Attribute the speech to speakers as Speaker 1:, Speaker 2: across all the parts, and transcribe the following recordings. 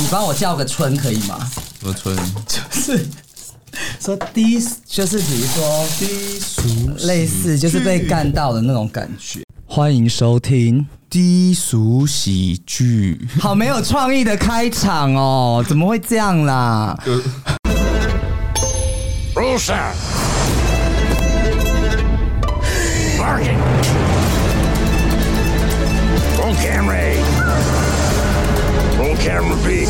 Speaker 1: 你帮我叫个春可以吗？
Speaker 2: 我春
Speaker 1: 就是说低，就是比如说
Speaker 2: 低俗
Speaker 1: 类似，就是被干到的那种感觉。欢迎收听，
Speaker 2: 低俗喜剧，
Speaker 1: 好没有创意的开场哦，怎么会这样啦？
Speaker 3: Rusa! Larkin! Roll camera A. Roll camera B.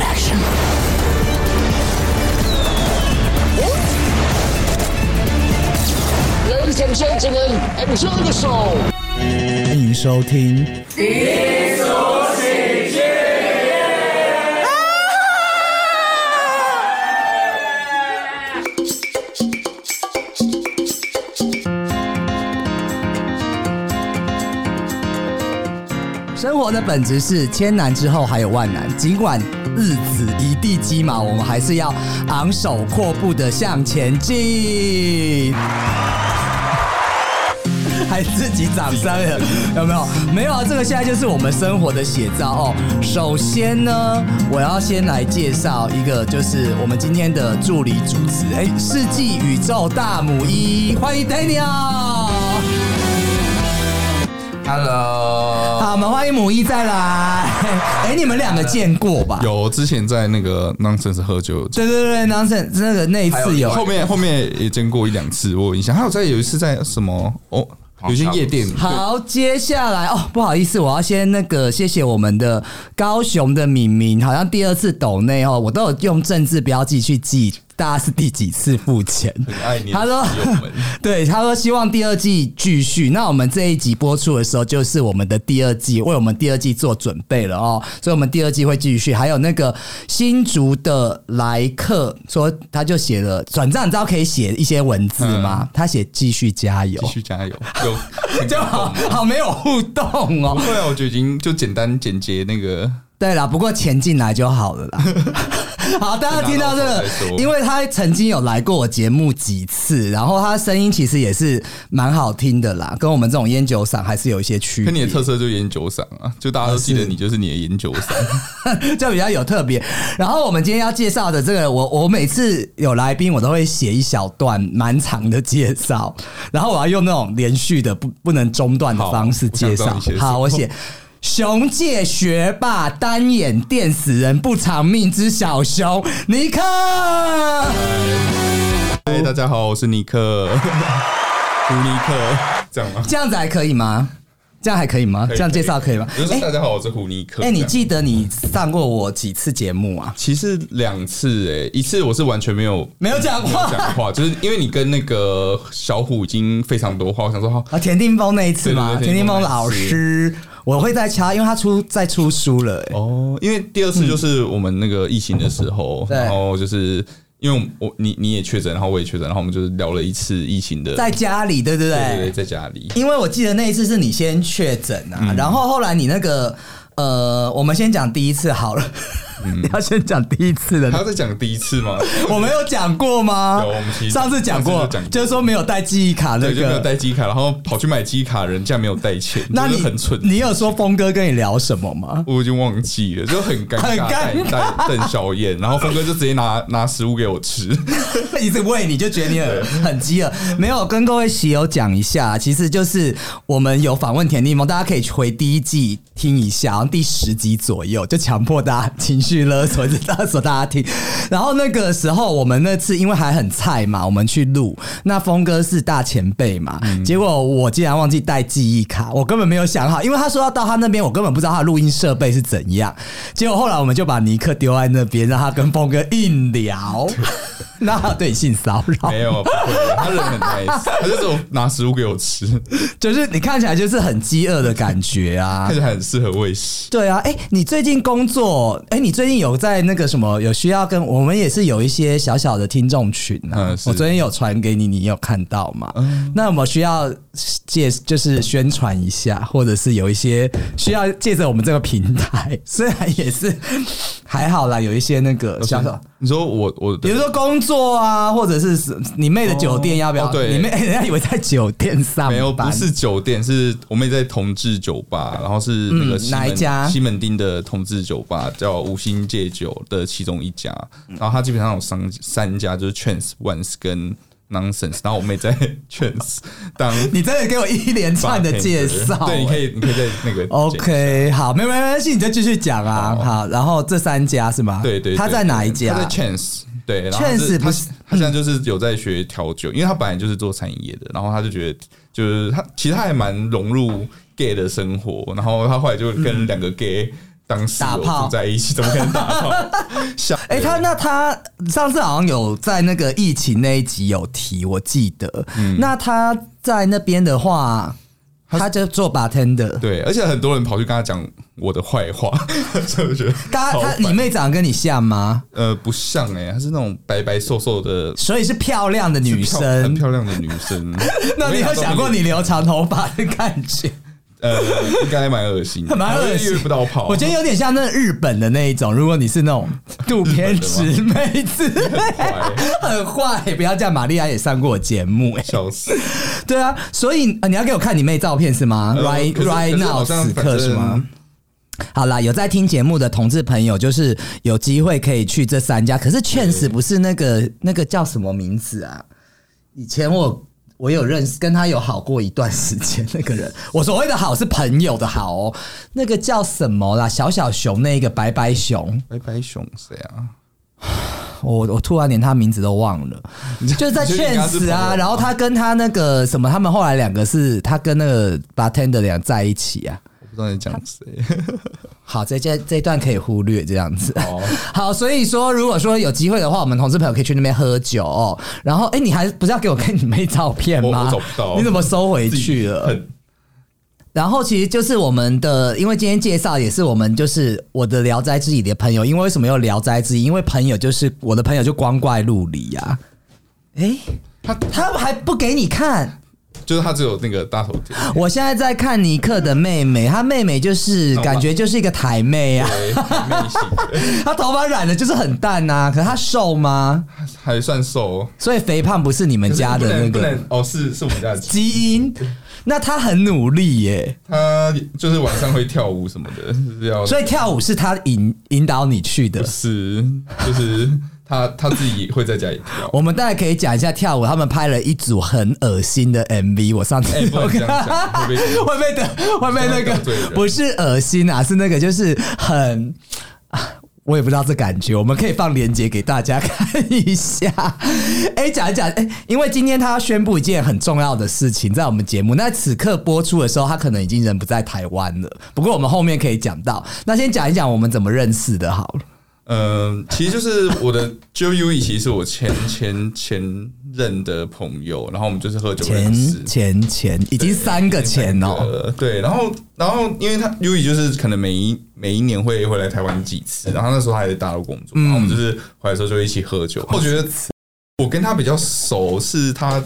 Speaker 3: Action!
Speaker 4: Ladies and gentlemen, enjoy the show.
Speaker 1: 欢迎收听低俗喜剧。生活的本质是千难之后还有万难，尽管日子一地鸡毛，我们还是要昂首阔步的向前进。还自己掌声了，有没有？没有啊，这个现在就是我们生活的写照哦。首先呢，我要先来介绍一个，就是我们今天的助理主持，哎，世纪宇宙大母一，欢迎 Daniel。
Speaker 2: Hello，
Speaker 1: 好，我们欢迎母一再来。哎，你们两个见过吧？。
Speaker 2: 有之前在那个 Nonsense 喝酒，
Speaker 1: 对对对，Nonsense 那个那一次 有，
Speaker 2: 后面后面也见过一两次，我有印象。还有在有一次在什么哦，有一些夜店，
Speaker 1: 好，接下来哦，不好意思，我要先那个谢谢我们的高雄的敏敏，好像第二次抖内哦，我都有用政治标记去记，大家是第几次付钱？
Speaker 2: 很爱你的
Speaker 1: 他说
Speaker 2: 朋友们，
Speaker 1: 对，他说希望第二季继续。那我们这一集播出的时候，就是我们的第二季，为我们第二季做准备了哦。所以，我们第二季会继续。还有那个新竹的莱克说，他就写了转账，你知道可以写一些文字吗？他写继续加油
Speaker 2: 嗯继，续加油，有
Speaker 1: 就好好没有互动哦。
Speaker 2: 不会啊，我就已经就简单简洁那个，
Speaker 1: 对啦，不过钱进来就好了 啦。好，大家听到这
Speaker 2: 拿到
Speaker 1: 个
Speaker 2: 手再说，
Speaker 1: 因为他曾经有来过我节目几次，然后他的声音其实也是蛮好听的啦，跟我们这种烟酒嗓还是有一些区
Speaker 2: 跟你
Speaker 1: 别
Speaker 2: 的，特色就是研酒嗓啊，就大家都记得你就是你的研酒嗓，
Speaker 1: 就比较有特别。然后我们今天要介绍的这个，我我每次有来宾，我都会写一小段蛮长的介绍，然后我要用那种连续的不不能中断的
Speaker 2: 好
Speaker 1: 方式
Speaker 2: 我想
Speaker 1: 介
Speaker 2: 知道
Speaker 1: 绍
Speaker 2: 你写。什
Speaker 1: 好，
Speaker 2: 么
Speaker 1: 我写。熊界学霸单眼电死人不偿命之小熊尼克，
Speaker 2: 嗨，大家好，我是尼克，胡尼克，这样吗？
Speaker 1: 这样子还可以吗？这样还可以吗？
Speaker 2: 可以
Speaker 1: 这样介绍可以吗？
Speaker 2: 就是
Speaker 1: 哎
Speaker 2: 大家好，我是胡尼克。
Speaker 1: 哎、你
Speaker 2: 这样
Speaker 1: 记得你上过我几次节目啊？
Speaker 2: 其实两次哎、一次我是完全 没有
Speaker 1: 没有讲
Speaker 2: 没有
Speaker 1: 话
Speaker 2: 讲话，就是因为你跟那个小虎已经非常多话，我想说好，
Speaker 1: 啊，田定峰那一次嘛，
Speaker 2: 对对对
Speaker 1: 田定峰
Speaker 2: 田定峰
Speaker 1: 老
Speaker 2: 那一次
Speaker 1: 师，我会再敲，因为他出再出书了、哎
Speaker 2: 哦，因为第二次就是我们那个疫情的时候，
Speaker 1: 嗯对
Speaker 2: 然后就是因为我你你也确诊，然后我也确诊，然后我们就是聊了一次疫情的，
Speaker 1: 在家里，对不对？
Speaker 2: 对对对，在家里，
Speaker 1: 因为我记得那一次是你先确诊啊，
Speaker 2: 嗯
Speaker 1: 然后后来你那个呃，我们先讲第一次好了，
Speaker 2: 嗯
Speaker 1: 你 要先讲第一次的那个
Speaker 2: 还要再讲第一次吗？
Speaker 1: 我没有讲过吗？
Speaker 2: 有我们其实
Speaker 1: 上次讲
Speaker 2: 上
Speaker 1: 过
Speaker 2: 次就讲，过
Speaker 1: 就是说没有带记忆卡 那
Speaker 2: 对，就没有
Speaker 1: 个。
Speaker 2: 带机卡，然后跑去买机卡，人家没有带钱，
Speaker 1: 那
Speaker 2: 就是
Speaker 1: 你
Speaker 2: 很蠢。
Speaker 1: 你有说峰哥跟你聊什么吗？
Speaker 2: 我已经忘记了，就很尴
Speaker 1: 很
Speaker 2: 尬，
Speaker 1: 尴尬
Speaker 2: 尬，瞪小眼，然后峰哥就直接拿拿食物给我吃，
Speaker 1: 一直喂你就觉得你很很饥饿。没有跟各位喜友讲一下，其实就是我们有访问田地梦，大家可以去回第一季听一下，好像第十集左右就强迫大家情绪勒索，就勒索大家听。嗯然后那个时候我们那次因为还很菜嘛，我们去录，那峰哥是大前辈嘛，结果我竟然忘记带记忆卡，我根本没有想好，因为他说要到他那边，我根本不知道他的录音设备是怎样。结果后来我们就把尼克丢在那边，让他跟峰哥硬聊。 那他对你性骚扰，
Speaker 2: 没有，不会，他人很 nice，他就只有拿食物给我吃，
Speaker 1: 就是你看起来就是很饥饿的感觉啊
Speaker 2: 看。起来很适合喂食。
Speaker 1: 对啊，哎、你最近工作，哎、你最近有在那个什么，有需要跟我们也是有一些小小的听众群啊。
Speaker 2: 嗯是嗯
Speaker 1: 我昨天有传给你，你有看到吗？那我们需要借就是宣传 一下，或者是有一些需要借着我们这个平台，虽然也是还好啦，有一些那个小小，
Speaker 2: 你说我我
Speaker 1: 比如说工作啊，或者是是你妹的酒店要不要？
Speaker 2: 哦对
Speaker 1: 你妹人家以为在酒店上班，
Speaker 2: 没有，不是酒店，是我们也在同志酒吧，然后是那个
Speaker 1: 嗯
Speaker 2: 西
Speaker 1: 哪
Speaker 2: 门、
Speaker 1: 一家
Speaker 2: 西门町的同志酒吧，叫五星戒酒的其中一家。然后它基本上有三三家，就是 Chance、Once 跟 Nonsense。然后我妹在 Chance 当
Speaker 1: 你真的给我一连串的介绍、欸
Speaker 2: 对，你可以，你可以在那个
Speaker 1: OK，好，没没没关系，你就继续讲啊。好，然后这三家是吗？
Speaker 2: 对对对，
Speaker 1: 啊他在哪一家？
Speaker 2: 他在 Chance。对，然后他
Speaker 1: Chance
Speaker 2: 是
Speaker 1: 不
Speaker 2: 他
Speaker 1: 是嗯
Speaker 2: 他现在就是有在学调酒，因为他本来就是做餐饮业的，然后他就觉得就是他其实他还蛮融入 gay 的生活，然后他后来就跟两个 gay 当
Speaker 1: 嗯
Speaker 2: 室
Speaker 1: 打
Speaker 2: 友
Speaker 1: 炮
Speaker 2: 住在一起，怎么可能打 炮？笑
Speaker 1: 哎、他那他上次好像有在那个疫情那一集有提，我记得。
Speaker 2: 嗯
Speaker 1: 那他在那边的话，他就做 bartender。
Speaker 2: 对，而且很多人跑去跟他讲我的坏话，所以我觉得
Speaker 1: 他
Speaker 2: 超
Speaker 1: 他
Speaker 2: 烦
Speaker 1: 你妹长得跟你像吗？
Speaker 2: 呃不像哎、欸，她是那种白白瘦瘦的
Speaker 1: 所以是漂亮的女
Speaker 2: 漂很
Speaker 1: 生。。
Speaker 2: 漂亮的女生
Speaker 1: 那你有想过你留长头发的感觉？
Speaker 2: 呃应该蛮恶心 的，
Speaker 1: 蛮恶
Speaker 2: 因为
Speaker 1: 心
Speaker 2: 约不到炮。
Speaker 1: 我觉得有点像那日本的那一种。如果你是那 种渡边直妹子， 很坏，不要这样。玛丽亚也上过我节目、哎，
Speaker 2: 笑死。
Speaker 1: 对啊，所以、呃你要给我看你妹照片是吗、
Speaker 2: 呃
Speaker 1: r i g
Speaker 2: 可
Speaker 1: h
Speaker 2: 是
Speaker 1: t right
Speaker 2: 可是
Speaker 1: now
Speaker 2: 好像
Speaker 1: 此刻是
Speaker 2: 反
Speaker 1: 吗
Speaker 2: 正？
Speaker 1: 好啦，有在听节目的同志朋友，就是有机会可以去这三家。可是 Chance 不是那个那个叫什么名字啊？以前我我有认识，跟他有好过一段时间。那个人，我所谓的好是朋友的好哦。那个叫什么啦？小小熊那一个白白熊，
Speaker 2: 白白熊谁啊？
Speaker 1: 我我突然连他名字都忘了，就是在
Speaker 2: 你确定
Speaker 1: 劝
Speaker 2: 他是
Speaker 1: 死
Speaker 2: 朋友
Speaker 1: 啊，
Speaker 2: 吗
Speaker 1: 然后他跟他那个什么，他们后来两个是他跟那个 bartender 俩在一起啊。
Speaker 2: 我不知道你讲谁。
Speaker 1: 好，这这这一段可以忽略这样子。
Speaker 2: 哦
Speaker 1: 好，所以说如果说有机会的话，我们同事朋友可以去那边喝酒、哦。然后，哎、你还不是要给我看你妹照片吗？
Speaker 2: 我我找不到
Speaker 1: 你怎么收回 去了？
Speaker 2: 很
Speaker 1: 然后其实就是我们的，因为今天介绍也是我们就是我的《聊斋志异》里的朋友，因为为什么有《聊斋志异》？因为朋友就是我的朋友就光怪陆离呀、诶，
Speaker 2: 他
Speaker 1: 他还不给你看。
Speaker 2: 就是他只有那个大头贴，
Speaker 1: 我现在在看尼克的妹妹，她妹妹就是
Speaker 2: 那我
Speaker 1: 感觉就是一个台妹啊，
Speaker 2: 对妹型
Speaker 1: 她头发染的就是很淡呐、可她瘦吗？
Speaker 2: 的还算瘦。哦
Speaker 1: 所以肥胖不是你们家的那
Speaker 2: 不
Speaker 1: 个
Speaker 2: 能哦，是是我们家的鸡，
Speaker 1: 基因，那她很努力耶、
Speaker 2: 他就是晚上会跳舞什么的，就是要
Speaker 1: 所以跳舞是她引引导你去的
Speaker 2: 不。是就是他他自己会在家里跳。
Speaker 1: 我们大概可以讲一下跳舞，他们拍了一组很恶心的 MV，我上次
Speaker 2: 哎不
Speaker 1: 有
Speaker 2: 能这样
Speaker 1: 看
Speaker 2: 讲 会被
Speaker 1: 会被的，会被那
Speaker 2: 这样得罪
Speaker 1: 个
Speaker 2: 人
Speaker 1: 不是恶心啊，是那个就是很。啊我也不知道这感觉，我们可以放链接给大家看一下。 哎、讲一讲，哎、因为今天他要宣布一件很重要的事情，在我们节目。那此刻播出的时候，他可能已经人不在台湾了。不过我们后面可以讲到。那先讲一讲我们怎么认识的，好了。
Speaker 2: 嗯，其实就是我的 j o U E，其实是我前前前任的朋友，然后我们就是喝酒认识
Speaker 1: 钱。钱钱，已经三个钱哦、
Speaker 2: 呃，对，然后然后因为他 U E 就是可能每一每一年会回来台湾几次，然后那时候他还在大陆工作，
Speaker 1: 嗯
Speaker 2: 然后我们就是回来的时候就一起喝酒。我觉得我跟他比较熟，是他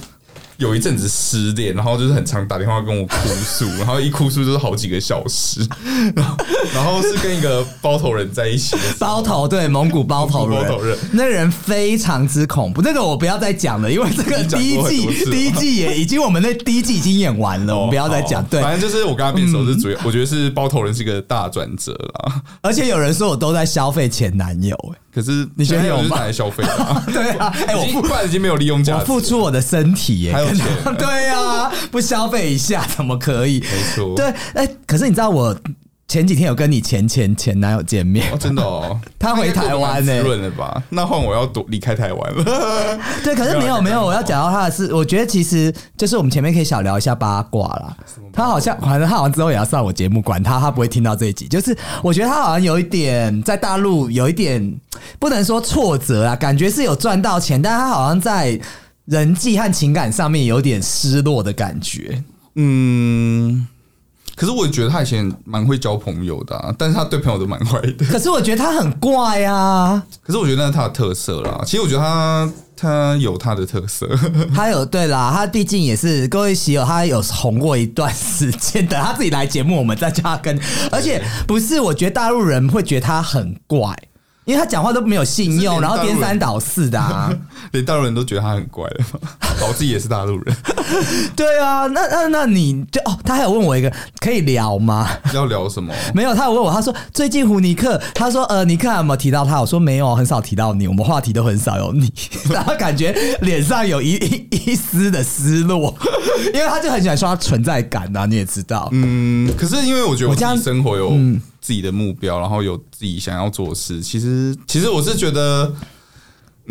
Speaker 2: 有一阵子失恋，然后就是很常打电话跟我哭诉， 然后一哭诉就是好几个小时， 然后然后是跟一个包头人在一起的时候
Speaker 1: 包头对蒙古包头人，
Speaker 2: 蒙古包头人
Speaker 1: 那人非常之恐怖。那个我不要再讲了，因为这个
Speaker 2: 已经讲过
Speaker 1: 第一季
Speaker 2: 很多次 了
Speaker 1: 第一季也已经我们那第一季已经演完了，我们不要再讲。
Speaker 2: 哦
Speaker 1: 对，
Speaker 2: 反正就是我跟他变熟是主要，我觉得是包头人是一个大转折啦。
Speaker 1: 而且有人说我都在消费前男友、欸
Speaker 2: 可是
Speaker 1: 你觉得有吗
Speaker 2: 我就是拿来消费的啊
Speaker 1: ？对 啊，哎、我
Speaker 2: 已经
Speaker 1: 付
Speaker 2: 不然已经没有利用价
Speaker 1: 我
Speaker 2: 值。
Speaker 1: 付出我的身体耶、
Speaker 2: 还有
Speaker 1: 跟
Speaker 2: 钱
Speaker 1: 他 对 啊，不消费一下怎么可以？
Speaker 2: 没错
Speaker 1: 对，哎、可是你知道我前几天有跟你前前前男友见面
Speaker 2: 哦，，真的哦，
Speaker 1: 他回台湾欸呢
Speaker 2: 那应该过得蛮滋润了吧？那换我要躲离开台湾了。
Speaker 1: 对，可是没
Speaker 2: 没有
Speaker 1: 有
Speaker 2: 啊
Speaker 1: 没有，
Speaker 2: 刚刚
Speaker 1: 我要讲到他的是，我觉得其实就是我们前面可以小聊一下八卦啦。他好像反正他好像之后也要上我节目，管他，他不会听到这一集。就是我觉得他好像有一点在大陆有一点不能说挫折啊，感觉是有赚到钱，但他好像在人际和情感上面有点失落的感觉。
Speaker 2: 嗯，可是我也觉得他以前蛮会交朋友的、啊，但是他对朋友都蛮坏的。
Speaker 1: 可是我觉得他很怪啊，
Speaker 2: 可是我觉得那是他的特色啦。其实我觉得他他有他的特色。
Speaker 1: 他有对啦，他毕竟也是各位喜友，他有红过一段时间。等他自己来节目，我们再叫他跟。而且不是，我觉得大陆人会觉得他很怪，因为他讲话都没有信
Speaker 2: 是
Speaker 1: 用，
Speaker 2: 连
Speaker 1: 然后
Speaker 2: 大陆
Speaker 1: 颠
Speaker 2: 人
Speaker 1: 三倒四的啊。
Speaker 2: 连大陆人都觉得他很怪了嘛， 我自己也是大陆人，
Speaker 1: 对啊，那那那你就哦，他还有问我一个可以聊吗？
Speaker 2: 要聊什么？
Speaker 1: 没有，他有问我，他说最近胡尼克，他说呃，尼克还有没有提到他？我说没有，很少提到你，我们话题都很少有你。 然后感觉脸上有一一一丝的失落， 因为他就很喜欢刷存在感呐、啊，你也知道。
Speaker 2: 嗯，可是因为我觉得
Speaker 1: 我
Speaker 2: 我
Speaker 1: 这
Speaker 2: 自
Speaker 1: 样
Speaker 2: 己生活有自己的目标，然后有自己想要做的事。其实，其实我是觉得，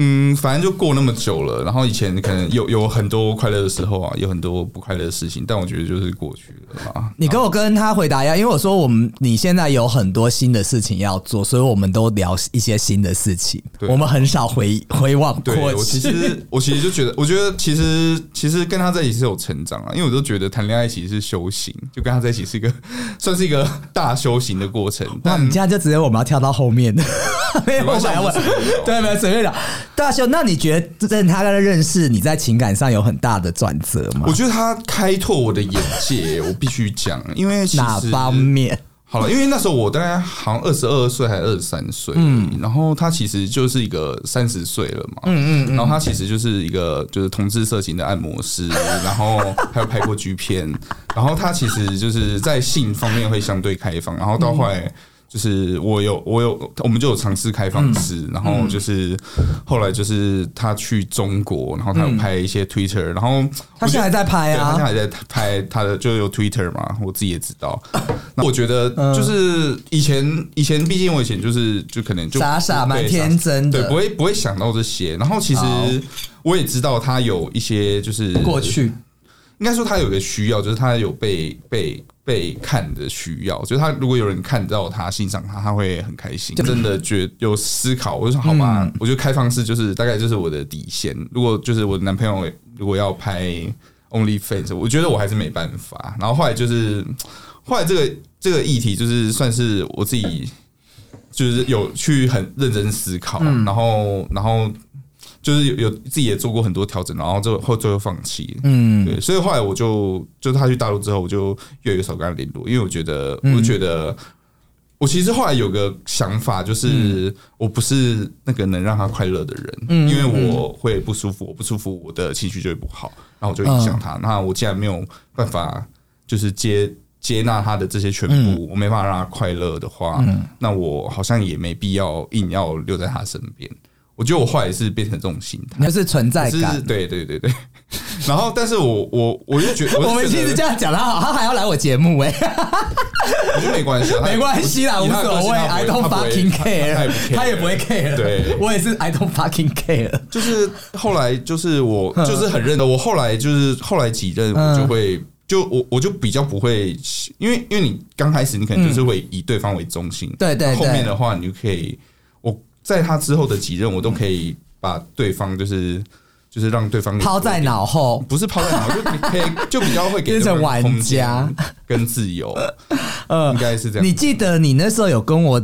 Speaker 2: 嗯，反正就过那么久了，然后以前可能有有很多快乐的时候啊，有很多不快乐的事情，但我觉得就是过去了啊。
Speaker 1: 你跟我跟他回答一样，因为我说我们你现在有很多新的事情要做，所以我们都聊一些新的事情，
Speaker 2: 对
Speaker 1: 我们很少回回望
Speaker 2: 对
Speaker 1: 过
Speaker 2: 我其
Speaker 1: 去。
Speaker 2: 实我其实就觉得，我觉得其实其实跟他在一起是有成长啊，因为我都觉得谈恋爱其实是修行，就跟他在一起是一个 算是一个大修行的过程。
Speaker 1: 哇，
Speaker 2: 但
Speaker 1: 你现在就直接我们要跳到后 面，没有
Speaker 2: 没关系
Speaker 1: 我本来对，
Speaker 2: 我们随便聊
Speaker 1: 没有随便聊。大秀，那你觉得跟他的认识，你在情感上有很大的转折吗
Speaker 2: 我？觉得他开拓我的眼界，我必须讲，因为其实
Speaker 1: 哪方面？
Speaker 2: 好了，因为那时候我大概好像二十二岁还二十三岁，嗯，然后他其实就是一个三十岁了嘛，嗯嗯，然后他其实就是一个就是同志色情的按摩师， 然后还有拍过 G 片，然后他其实就是在性方面会相对开放，然后到后来。就是我有我有，我们就有尝试开放式，
Speaker 1: 嗯
Speaker 2: 然后就是后来就是他去中国，然后他有拍一些 Twitter，然后
Speaker 1: 嗯他现在还在拍
Speaker 2: 对，他现在
Speaker 1: 啊，
Speaker 2: 还在拍他的，就有 Twitter 嘛，我自己也知道。 那我觉得
Speaker 1: 嗯
Speaker 2: 就是以前以前，毕竟我以前就是就可能就
Speaker 1: 傻傻蛮
Speaker 2: 对
Speaker 1: 天真的
Speaker 2: 对，不会不会想到这些。然后其实
Speaker 1: 好
Speaker 2: 我也知道他有一些就是
Speaker 1: 过，去
Speaker 2: 应该说他有一个需要，就是他有被被。被看的需要，就是他如果有人看到他欣赏他，他会很开心。真的觉有思考，我就说好吧，我觉得开放式就是大概就是我的底线。如果就是我的男朋友如果要拍 OnlyFans，我觉得我还是没办法。然后后来就是后来这个这个议题就是算是我自己就是有去很认真思考，然后然后就是有有自己也做过很多调整，然后最后后最后放弃，嗯，对，所以后来我就就是他去大陆之后，我就越来越少跟他联络，因为我觉得我就觉得。我其实后来有个想法，就是我不是那个能让他快乐的人，因为我会不舒服，我不舒服，我的情绪就会不好，然后我就影响他。那我既然没有办法，就是接接纳他的这些全部，我没办法让他快乐的话，那我好像也没必要硬要留在他身边。我觉得我后来是变成这种心态，
Speaker 1: 就是存在
Speaker 2: 就
Speaker 1: 感
Speaker 2: 是。对对对对。 然后，但是我我我就觉 得，
Speaker 1: 我们
Speaker 2: 就
Speaker 1: 其
Speaker 2: 觉
Speaker 1: 实
Speaker 2: 得
Speaker 1: 这样讲他好，他还要来我节目哎、
Speaker 2: 我觉得没关系啊，他
Speaker 1: 没关系啦，无
Speaker 2: 以他的个
Speaker 1: 所
Speaker 2: 性
Speaker 1: 谓
Speaker 2: 他
Speaker 1: ，I
Speaker 2: 不
Speaker 1: don't
Speaker 2: 会他不会
Speaker 1: fucking
Speaker 2: 他也
Speaker 1: care，
Speaker 2: 不
Speaker 1: 他也不会 care，
Speaker 2: 对
Speaker 1: 我也是 I don't fucking care。
Speaker 2: 就是后来就是 我
Speaker 1: 嗯
Speaker 2: 就是很认得，我后来就是后来几任我就会。就我我就比较不会，因为因为你刚开始你可能就是会以对方为中心，
Speaker 1: 嗯对对对
Speaker 2: 后面的话你就可以，我在他之后的几任我都可以把对方就是就是让对方给
Speaker 1: 抛在脑后，
Speaker 2: 哦不是抛在脑后，就可以就比较会给
Speaker 1: 变成
Speaker 2: 对方空间
Speaker 1: 玩
Speaker 2: 跟 自由，应该是这样。
Speaker 1: 呃你记得你那时候有跟我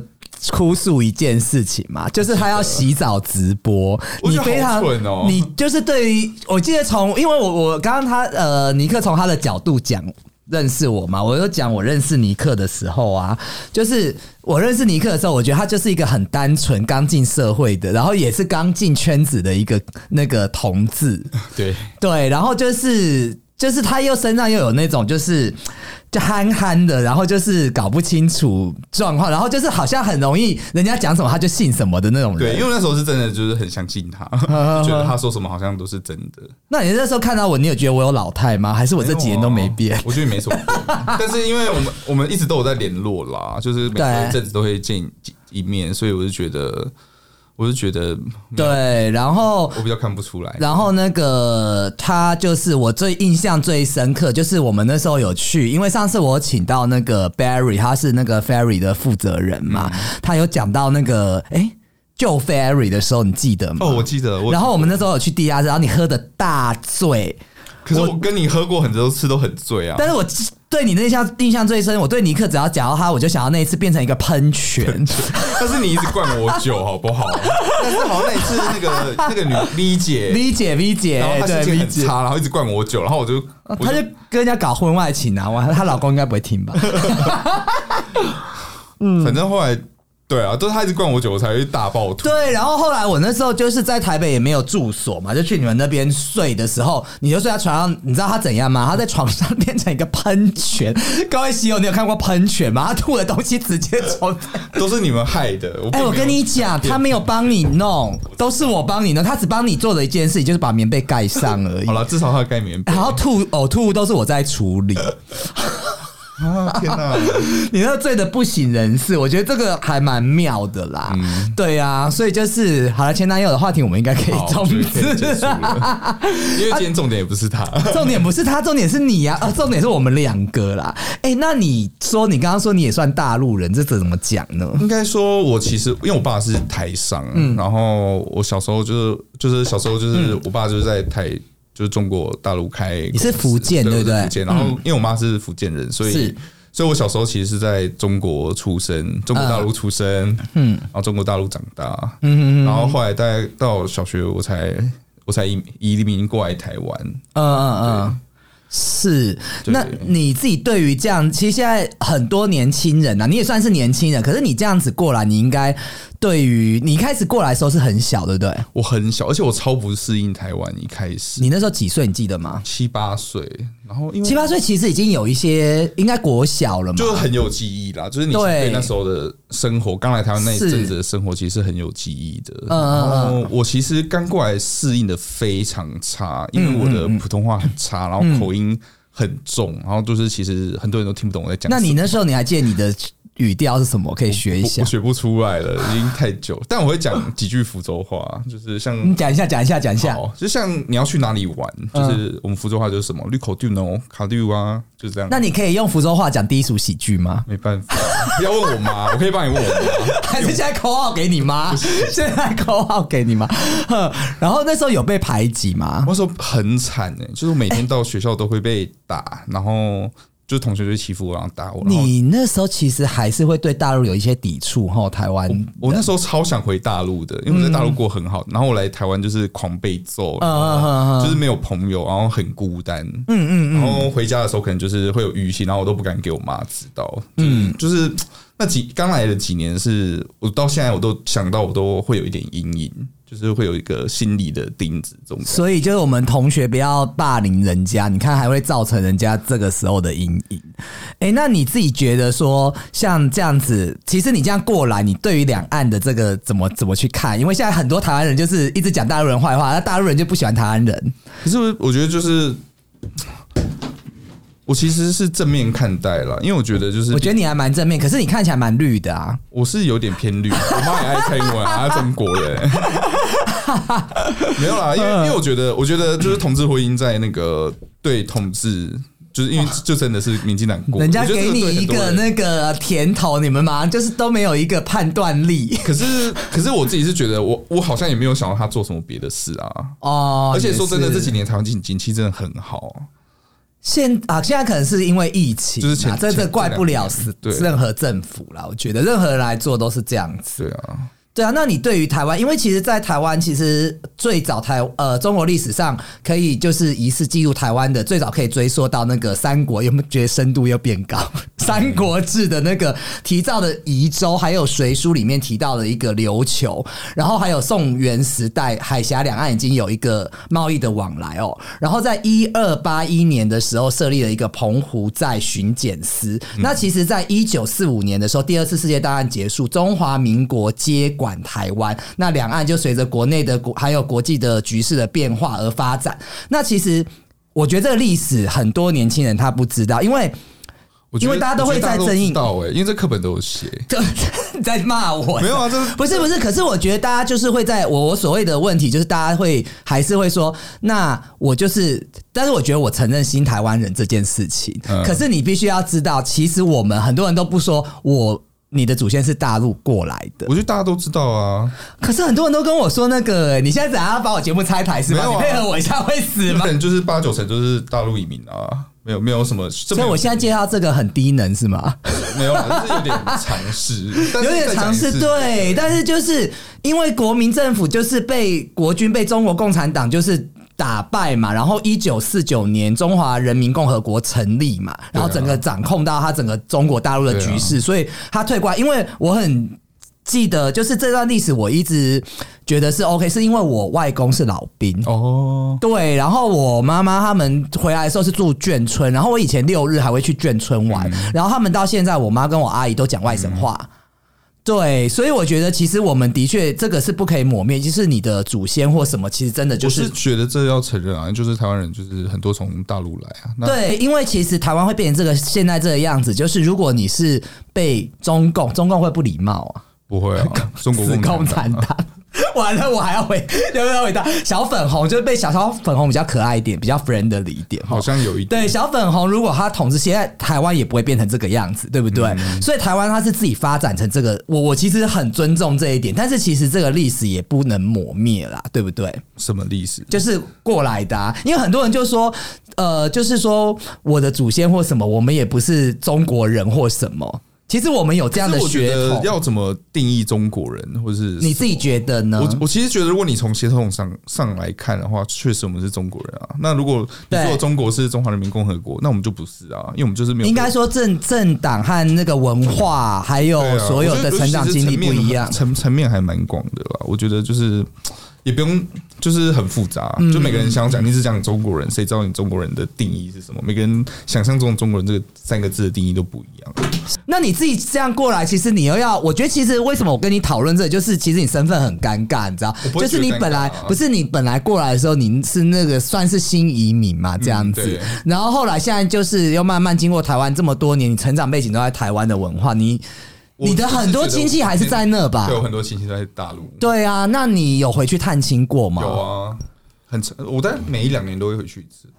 Speaker 1: 哭诉一件事情吗？就是他要洗澡直播，
Speaker 2: 我
Speaker 1: 你
Speaker 2: 觉得
Speaker 1: 非常
Speaker 2: 好蠢哦
Speaker 1: 你就是对于我记得从，因为我我刚刚他呃尼克从他的角度讲。认识我嘛？我就讲我认识尼克的时候啊，就是我认识尼克的时候，我觉得他就是一个很单纯、刚进社会的，然后也是刚进圈子的一个那个同志，
Speaker 2: 对，
Speaker 1: 对，然后就是就是他又身上又有那种就是就憨憨的，然后就是搞不清楚状况，然后就是好像很容易人家讲什么他就信什么的那种
Speaker 2: 对，
Speaker 1: 人。
Speaker 2: 因为那时候是真的就是很相信他， 就觉得他说什么好像都是真的。
Speaker 1: 那你那时候看到我，你有觉得我有老态吗？还是我这几年都没变？
Speaker 2: 哦我觉得没什么变。但是因为我们我们一直都有在联络啦，就是每
Speaker 1: 对
Speaker 2: 一阵子都会见一面，所以我就觉得，我就觉得
Speaker 1: 对，然后
Speaker 2: 我比较看不出来。
Speaker 1: 然后那个他就是我最印象最深刻，就是我们那时候有去，因为上次我请到那个 Barry，他是那个 Ferry 的负责人嘛，
Speaker 2: 嗯
Speaker 1: 他有讲到那个哎。诶救 Ferry 的时候，你记得吗？
Speaker 2: 哦，我记得我，
Speaker 1: 然后我们那时候有去地下室，然后你喝的大醉，
Speaker 2: 可是我跟你喝过很多次都很醉啊
Speaker 1: 但。是我对你那印象印象最深，我对尼克只要讲到他，我就想要那一次变成一个喷泉，
Speaker 2: 但是你一直灌我酒，好不好？但是好像那一次那个那个女李姐
Speaker 1: V 姐 V 姐
Speaker 2: 然后她
Speaker 1: 哎对
Speaker 2: 心情
Speaker 1: V
Speaker 2: 很
Speaker 1: 姐，哦
Speaker 2: 差，然后一直灌我酒，然后我就我
Speaker 1: 她就跟人家搞婚 外情啊，哇，她老公应该不会听吧？
Speaker 2: 反正后来对啊，都是他一直灌我酒，我才会大爆吐。
Speaker 1: 对，然后后来我那时候就是在台北也没有住所嘛，就去你们那边睡的时候，你就睡在床上，你知道他怎样吗？他在床上变成一个喷泉。各位喜友，你有看过喷泉吗？他吐的东西直接从……
Speaker 2: 都是你们害的。
Speaker 1: 哎、我
Speaker 2: 并没有
Speaker 1: 跟你讲，他没有帮你弄，都是我帮你弄，他只帮你做了一件事情，就是把棉被盖上而已
Speaker 2: 好。了，至少他盖棉被
Speaker 1: 然。后吐呕吐都是我在处 理，
Speaker 2: 啊天哪！
Speaker 1: 你那醉的不省人事，我觉得这个还蛮妙的啦。对啊，所以就是好了，前男友的话题我们应该可以
Speaker 2: 嗯好，
Speaker 1: 终
Speaker 2: 我觉得可以
Speaker 1: 止
Speaker 2: 结。束了，因为今天重点也不是他。
Speaker 1: 重点不是他，重点是你呀、啊！重点是我们两个啦。哎、那你说你刚刚说你也算大陆人，这怎么讲呢？
Speaker 2: 应该说，我其实因为我爸是台商，
Speaker 1: 嗯
Speaker 2: 然后我小时候就是就是小时候就是我爸就是在台就是中国大陆开公司，
Speaker 1: 你是福建对
Speaker 2: 对
Speaker 1: 不对嗯
Speaker 2: 我是福建，然后因为我妈是福建人，所以
Speaker 1: 是。
Speaker 2: 所以，我小时候其实是在中国出生，中国大陆出生，嗯，然后中国大陆长大，嗯，然后后来大概到小学，我才我才移移民过来台湾，
Speaker 1: 嗯嗯嗯，是。
Speaker 2: 对
Speaker 1: 那你自己对于这样，其实现在很多年轻人啊，你也算是年轻人，可是你这样子过来，你应该对于你一开始过来的时候是很小，对不对？
Speaker 2: 我很小，而且我超不适应台湾，一开始
Speaker 1: 你那时候几岁？你记得吗？
Speaker 2: 七八岁，然后因为
Speaker 1: 七八岁其实已经有一些，应该国小了嘛。
Speaker 2: 嗯就是很有记忆啦，就是你
Speaker 1: 对
Speaker 2: 对那时候的生活，刚来台湾那一
Speaker 1: 是
Speaker 2: 阵子的生活，其实很有记忆的。
Speaker 1: 嗯嗯
Speaker 2: 然后我其实刚过来适应的非常差，因为我的普通话很差，然
Speaker 1: 嗯
Speaker 2: 后口音很重，然后就是其实很多人都听不懂我在讲什么。
Speaker 1: 那你那时候你还记得你的语调是什么？可以学一
Speaker 2: 我
Speaker 1: 下
Speaker 2: 我。学不出来了，已经太久。但我会讲几句福州话，就是像
Speaker 1: 你讲一下，讲一下，讲一下。
Speaker 2: 好，就像你要去哪里玩，
Speaker 1: 嗯
Speaker 2: 就是我们福州话就是什么绿口绿哦，卡绿啊，就这样。
Speaker 1: 那你可以用福州话讲低俗喜剧吗？
Speaker 2: 没办法，不要问我妈，我可以帮你问我妈。
Speaker 1: 还是现在口号给你妈？ 现在口号给你妈？哼然后那时候有被排挤吗？
Speaker 2: 我那时候很惨哎、就是我每天到学校都会被打，然后就是同学就欺负我，然后打我。然后
Speaker 1: 你那时候其实还是会对大陆有一些抵触吼，台湾
Speaker 2: 我那时候超想回大陆的，因为我在大陆过很好，然后我来台湾就是狂被揍，
Speaker 1: 嗯嗯嗯
Speaker 2: 就是没有朋友，然后很孤单，嗯嗯，然后回家的时候可能就是会有淤青，然后我都不敢给我妈知道，嗯，就是那几刚来的几年是，我到现在我都想到我都会有一点阴影，就是会有一个心理的钉子，这种感觉
Speaker 1: 所以就是我们同学不要霸凌人家，你看还会造成人家这个时候的阴影。哎、那你自己觉得说像这样子，其实你这样过来，你对于两岸的这个怎么怎么去看？因为现在很多台湾人就是一直讲大陆人坏话，那大陆人就不喜欢台湾人。
Speaker 2: 可是我觉得就是， 我其实是正面看待了，因为我觉得就是，
Speaker 1: 我觉得你还蛮正面，可是你看起来蛮绿的啊。
Speaker 2: 我是有点偏绿，我妈也爱蔡英文，啊她中国人。 没有啦，因为
Speaker 1: 嗯
Speaker 2: 因为我觉得，我觉得就是同志婚姻在那个对统治，就是因为就真的是民进党过，
Speaker 1: 人家
Speaker 2: 我觉得这
Speaker 1: 给你
Speaker 2: 对
Speaker 1: 一
Speaker 2: 很多
Speaker 1: 个
Speaker 2: 人
Speaker 1: 那个甜头，你们马上就是都没有一个判断力
Speaker 2: 可是可是我自己是觉得我，我好像也没有想到他做什么别的事啊。
Speaker 1: 哦。
Speaker 2: 而且说真的，
Speaker 1: 也是
Speaker 2: 这几年台湾景景气真的很好，
Speaker 1: 现啊，现在可能是因为疫情啊，
Speaker 2: 就是前
Speaker 1: 这这
Speaker 2: 前
Speaker 1: 怪不了
Speaker 2: 前
Speaker 1: 是
Speaker 2: 两年对
Speaker 1: 任何政府啦。我觉得任何人来做都是这样子。
Speaker 2: 对啊。
Speaker 1: 对啊，那你对于台湾，因为其实，在台湾其实最早台呃中国历史上可以就是疑似记录台湾的，最早可以追溯到那个三国，有没有觉得深度又变高？三国志的那个提到的宜州，还有隋书里面提到的一个琉球，然后还有宋元时代海峡两岸已经有一个贸易的往来哦，然后在一二八一年的时候设立了一个澎湖在巡检司，
Speaker 2: 嗯
Speaker 1: 那其实，在一九四五年的时候，第二次世界大战结束，中华民国接管台湾，那两岸就随着国内的国还有国际的局势的变化而发展。那其实我觉得这个历史很多年轻人他不知道，因为
Speaker 2: 我觉
Speaker 1: 因
Speaker 2: 得
Speaker 1: 为大家都
Speaker 2: 我觉得
Speaker 1: 会在争议
Speaker 2: 知道哎、因为这课本都有写。
Speaker 1: 这你 在骂我
Speaker 2: 没有啊，这
Speaker 1: 不是不是，可是我觉得大家就是会在我我所谓的问题，就是大家会还是会说，那我就是，但是我觉得我承认新台湾人这件事情，
Speaker 2: 嗯
Speaker 1: 可是你必须要知道，其实我们很多人都不说我。你的祖先是大陆过来的，
Speaker 2: 我觉得大家都知道啊，
Speaker 1: 可是很多人都跟我说那个、你现在怎样把我节目拆台是吗？
Speaker 2: 没有
Speaker 1: 你
Speaker 2: 啊
Speaker 1: 配合我一下会死
Speaker 2: 日
Speaker 1: 吗？
Speaker 2: 本就是八九成都是大陆移民啊，没有没有什么，所
Speaker 1: 所以我现在介绍这个很低能是吗？
Speaker 2: 没有啦，就是有点常 识，但是
Speaker 1: 有点
Speaker 2: 再讲
Speaker 1: 尝
Speaker 2: 一
Speaker 1: 试
Speaker 2: 次
Speaker 1: 对，但是就是因为国民政府就是被国军被中国共产党就是。打败嘛，然后一九四九年中华人民共和国成立嘛，
Speaker 2: 啊
Speaker 1: 然后整个掌控到他整个中国大陆的局势，所以他退过来。因为我很记得就是这段历史，我一直觉得是 OK，是因为我外公是老兵。
Speaker 2: 哦，
Speaker 1: 对，然后我妈妈他们回来的时候是住眷村，然后我以前六日还会去眷村玩，
Speaker 2: 嗯
Speaker 1: 然后他们到现在，我妈跟我阿姨都讲外省话。对，所以我觉得其实我们的确这个是不可以抹灭，就是你的祖先或什么，其实真的就
Speaker 2: 我
Speaker 1: 是
Speaker 2: 是觉得这要承认啊，就是台湾人就是很多从大陆来啊，那
Speaker 1: 对，因为其实台湾会变成这个现在这个样子，就是如果你是被中共，中共会不礼貌啊，
Speaker 2: 不会 啊，中国
Speaker 1: 是共
Speaker 2: 共
Speaker 1: 产党。 完了，我还要回，要不要回答？小粉红就是被小小粉红比较可爱一点，比较 friendly 一点。
Speaker 2: 好像有一点
Speaker 1: 对，小粉红如果他统治现在台湾也不会变成这个样子，对不对？
Speaker 2: 嗯
Speaker 1: 所以台湾它是自己发展成这个，我我其实很尊重这一点，但是其实这个历史也不能抹灭啦，对不对？
Speaker 2: 什么历史，
Speaker 1: 就是过来的、啊，因为很多人就说，呃，就是说我的祖先或什么，我们也不是中国人或什么。其实我们有这样的
Speaker 2: 可是我觉
Speaker 1: 血
Speaker 2: 得
Speaker 1: 统，
Speaker 2: 要怎么定义中国人，或是
Speaker 1: 你自己觉得呢？
Speaker 2: 我我其实觉得，如果你从血统上上来看的话，确实我们是中国人啊。那如果你
Speaker 1: 对
Speaker 2: 说中国是中华人民共和国，那我们就不是啊，因为我们就是没有
Speaker 1: 应该说政政党和那个文化，还有
Speaker 2: 对啊
Speaker 1: 所有
Speaker 2: 我觉
Speaker 1: 的
Speaker 2: 得
Speaker 1: 成长
Speaker 2: 其实
Speaker 1: 经历不
Speaker 2: 层面
Speaker 1: 一样。
Speaker 2: 层层面还蛮广的啦。我觉得就是也不用就是很复杂，啊
Speaker 1: 嗯
Speaker 2: 就每个人想讲，你只讲中国人，谁知道你中国人的定义是什么？每个人想象中的中国人这个三个字的定义都不一样。
Speaker 1: 那你自己这样过来，其实你又要，我觉得其实为什么我跟你讨论这个，就是其实你身份很尴尬，你知道
Speaker 2: 我，不会
Speaker 1: 就是
Speaker 2: 觉得
Speaker 1: 你
Speaker 2: 尴
Speaker 1: 本来
Speaker 2: 尬啊
Speaker 1: 不是你本来过来的时候，你是那个算是新移民嘛，这样子，
Speaker 2: 对
Speaker 1: 然后后来现在就是又慢慢经过台湾这么多年，你成长背景都在台湾的文化，你
Speaker 2: 我
Speaker 1: 你的很多亲戚还是在那吧
Speaker 2: 对，？有很啊多亲戚都在大陆。
Speaker 1: 对啊，那你有回去探亲过吗？
Speaker 2: 有啊，很常我在每一两年都会回去一次。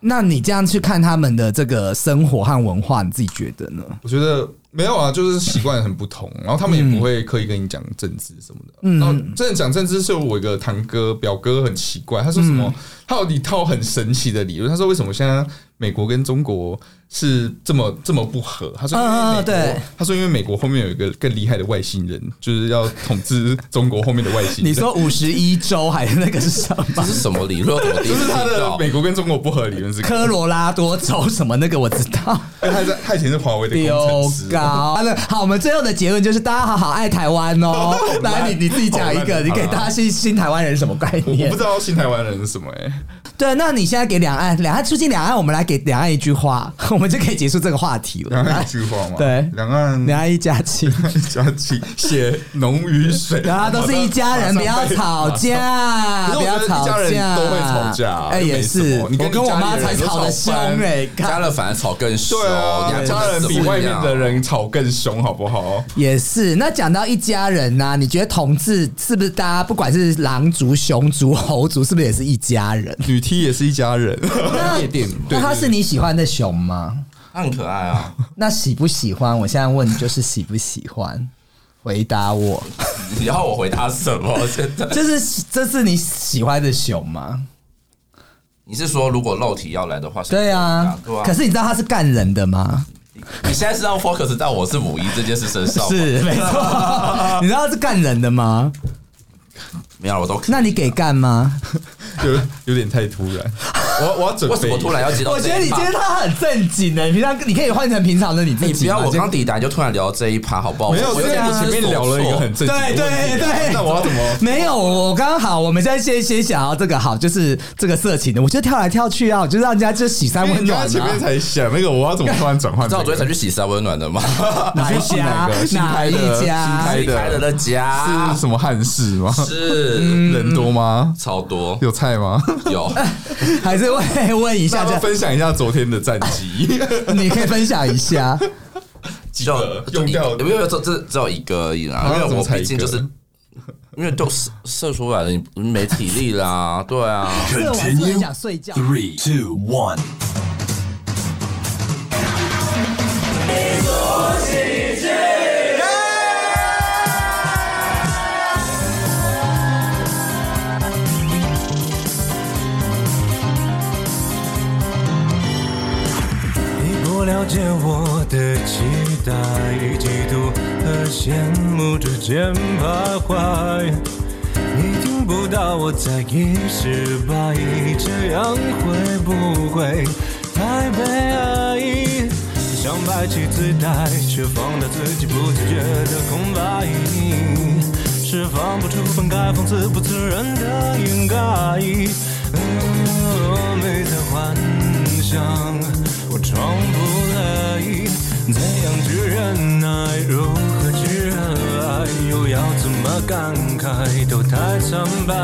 Speaker 1: 那你这样去看他们的这个生活和文化，你自己觉得呢？
Speaker 2: 我觉得没有啊，就是习惯很不同，然后他们也不会刻意跟你讲政治什么的。
Speaker 1: 嗯
Speaker 2: 然后真的讲政治，是我一个堂哥表哥很奇怪，他说什
Speaker 1: 嗯
Speaker 2: 么，他有一套很神奇的理论，他说为什么现在美国跟中国是这么这么不和？他说因为
Speaker 1: 嗯嗯
Speaker 2: 美国
Speaker 1: 对
Speaker 2: 他说因为美国后面有一个更厉害的外星人，就是要统治中国后面的外星人。
Speaker 1: 你说五十一州还是那个是什么？
Speaker 5: 这是什么理论？我怎么第一
Speaker 2: 就
Speaker 5: 次
Speaker 2: 是他
Speaker 5: 听
Speaker 2: 的
Speaker 5: 到
Speaker 2: 美国跟中国不和的理论是，
Speaker 1: 科罗拉多州什么那个我知道。
Speaker 2: 因为他在他以前是华为的工
Speaker 1: 丢
Speaker 2: 程师。
Speaker 1: 高！好了，好，我们最后的结论就是大家好好爱台湾 哦。 来，你你自己讲一
Speaker 2: 好
Speaker 1: 个，
Speaker 2: 烂
Speaker 1: 你给大家新新台湾人什么概
Speaker 2: 我我
Speaker 1: 念
Speaker 2: 不？知道新台湾人是什么哎、
Speaker 1: 对，那你现在给两岸，两岸促进两岸，我们来给两岸一句话， 我们就可以结束这个话题了。
Speaker 2: 两岸
Speaker 1: 来
Speaker 2: 一句话嘛，
Speaker 1: 对
Speaker 2: 两岸
Speaker 1: 两岸一家 亲，
Speaker 2: 家亲血浓于水，
Speaker 1: 然后都是一家人，不要 吵。架，
Speaker 2: 可
Speaker 1: 不
Speaker 2: 是我
Speaker 1: 要
Speaker 2: 觉得
Speaker 1: 吵
Speaker 2: 一家人
Speaker 1: 架，
Speaker 2: 都会吵架啊
Speaker 1: 哎，
Speaker 2: 又没
Speaker 1: 也
Speaker 2: 什
Speaker 1: 是
Speaker 2: 么，你跟
Speaker 1: 我跟我妈才吵得凶哎，
Speaker 5: 家
Speaker 1: 看
Speaker 5: 人反而吵更凶，
Speaker 2: 对啊，
Speaker 5: 你
Speaker 2: 家人比外面的
Speaker 5: 人。
Speaker 2: 人吵更凶，好不好？
Speaker 1: 也是，那讲到一家人呐、你觉得同志是不是大家不管是狼族、熊族、猴族，是不是也是一家人？
Speaker 2: 女 T 也是一家人，
Speaker 1: 那
Speaker 5: 夜店
Speaker 1: 那他是你喜欢的熊吗？
Speaker 5: 他很可 爱啊，
Speaker 1: 那喜不喜欢？我现在问就是喜不喜欢？回答我，
Speaker 5: 你要我回答什么？真的？
Speaker 1: 就是这是你喜欢的熊吗？
Speaker 5: 你是说如果肉体要来的话，是
Speaker 1: 对啊，
Speaker 5: 对啊。
Speaker 1: 可是你知道他是干人的吗？
Speaker 5: 你现在是要 focus 在我是母一这件事身上吗，
Speaker 1: 是没错，你知道他是干人的吗？
Speaker 5: 没有，我都
Speaker 1: 那你给干吗？
Speaker 2: 有有点太突然。我我要准备，
Speaker 5: 为什么突然要接到
Speaker 1: 我
Speaker 5: 这一
Speaker 1: 觉
Speaker 5: 趴？
Speaker 1: 得你今天他很正经欸的、你平常你可以换成平常的你自己
Speaker 5: 你
Speaker 1: 嘛。
Speaker 5: 不要我
Speaker 1: 就
Speaker 5: 刚抵达你就突然聊到这一趴，好不好？
Speaker 2: 没有？因
Speaker 5: 我有
Speaker 2: 为
Speaker 5: 点
Speaker 2: 我
Speaker 5: 不知
Speaker 2: 前面
Speaker 5: 所
Speaker 2: 聊了一个很
Speaker 5: 措
Speaker 2: 正经的
Speaker 1: 对对
Speaker 2: 问题
Speaker 1: 对，
Speaker 2: 那我要怎么？
Speaker 1: 没有，我刚好我们现在先先想要这个好，就是这个色情的，我就跳来跳去啊，我就让人家就喜三
Speaker 2: 因为
Speaker 1: 温
Speaker 2: 你刚
Speaker 1: 暖
Speaker 2: 刚前面
Speaker 1: 啊。
Speaker 2: 才想那个，我要怎么突然转换
Speaker 5: 你知道
Speaker 2: 这
Speaker 5: 我昨天才
Speaker 2: 个？
Speaker 5: 去洗三温暖的吗？
Speaker 1: 哪一
Speaker 2: 是
Speaker 1: 家
Speaker 2: 哪个？新
Speaker 1: 哪
Speaker 2: 开的
Speaker 1: 一
Speaker 2: 新
Speaker 1: 家
Speaker 2: 开？
Speaker 5: 离开了的
Speaker 1: 啊
Speaker 5: 家
Speaker 2: 是什么汉室吗？
Speaker 5: 是
Speaker 1: 嗯
Speaker 2: 人多吗？
Speaker 5: 超多
Speaker 2: 有菜吗？
Speaker 5: 有，
Speaker 1: 还是会问一
Speaker 2: 大
Speaker 1: 下，
Speaker 2: 家
Speaker 1: 这
Speaker 2: 分享一下昨天的战绩，
Speaker 1: 你可以分享一下。
Speaker 5: 只有
Speaker 2: 用掉
Speaker 5: 有没有？这这只有一个而已啦，
Speaker 2: 啊
Speaker 5: 因为
Speaker 2: 怎么
Speaker 5: 我
Speaker 2: 才
Speaker 5: 毕竟
Speaker 2: 一
Speaker 5: 就
Speaker 2: 个
Speaker 5: 是。因为都射射出来了，你没体力啦，对 啊，
Speaker 1: 这晚上很想睡觉。
Speaker 6: Three, two, one. 你不了解我的期待与嫉妒和羡慕之间徘徊，你听不到我在意失败，这样会不会太悲哀？想摆起姿态，却放大自己不自觉的空白。放不出本该放肆不自然的掩盖。哦没在幻想，我装不来，怎样去忍耐，如何去热爱，又要怎么感慨，都太苍白。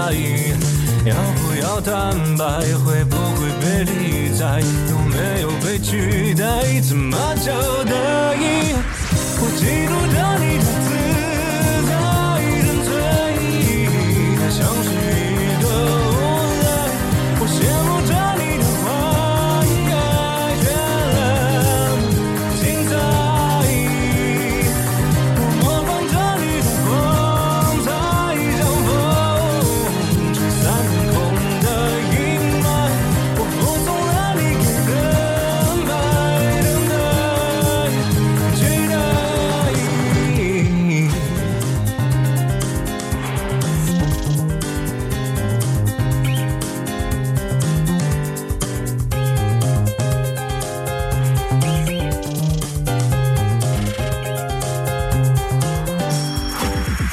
Speaker 6: 要不要坦白，会不会被理睬，有没有被取代，怎么交代？我嫉妒着你的自在沉醉，它像是一个无赖。我羡慕着你的花开绚烂精彩，我模仿着你的光彩，像风吹散天空的阴霾。我服从了你给的安排，等待。期待。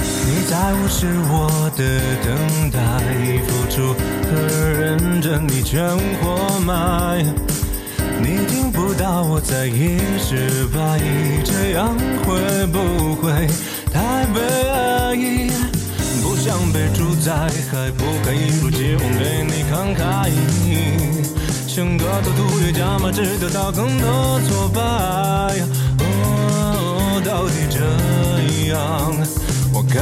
Speaker 6: 你在无视我的等待，付出和认真，你全活埋。你听不到我在一直怀疑，这样会不会太悲哀？不想被主宰，还不敢一如既往对你慷慨，像个赌徒越加码，只得到更多挫败。哦，到底这样，我该不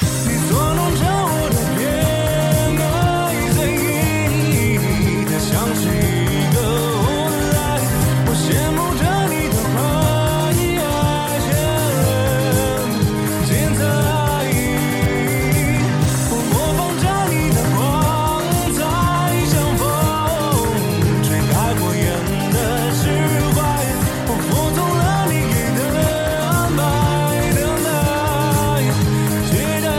Speaker 6: 你捉弄着我的偏爱随意，它像是一个无赖，我羡慕着你的花一爱绚烂。精彩，我模仿着你的光彩，像风吹开火焰的释怀。我服从了你给的安排，等待，期待。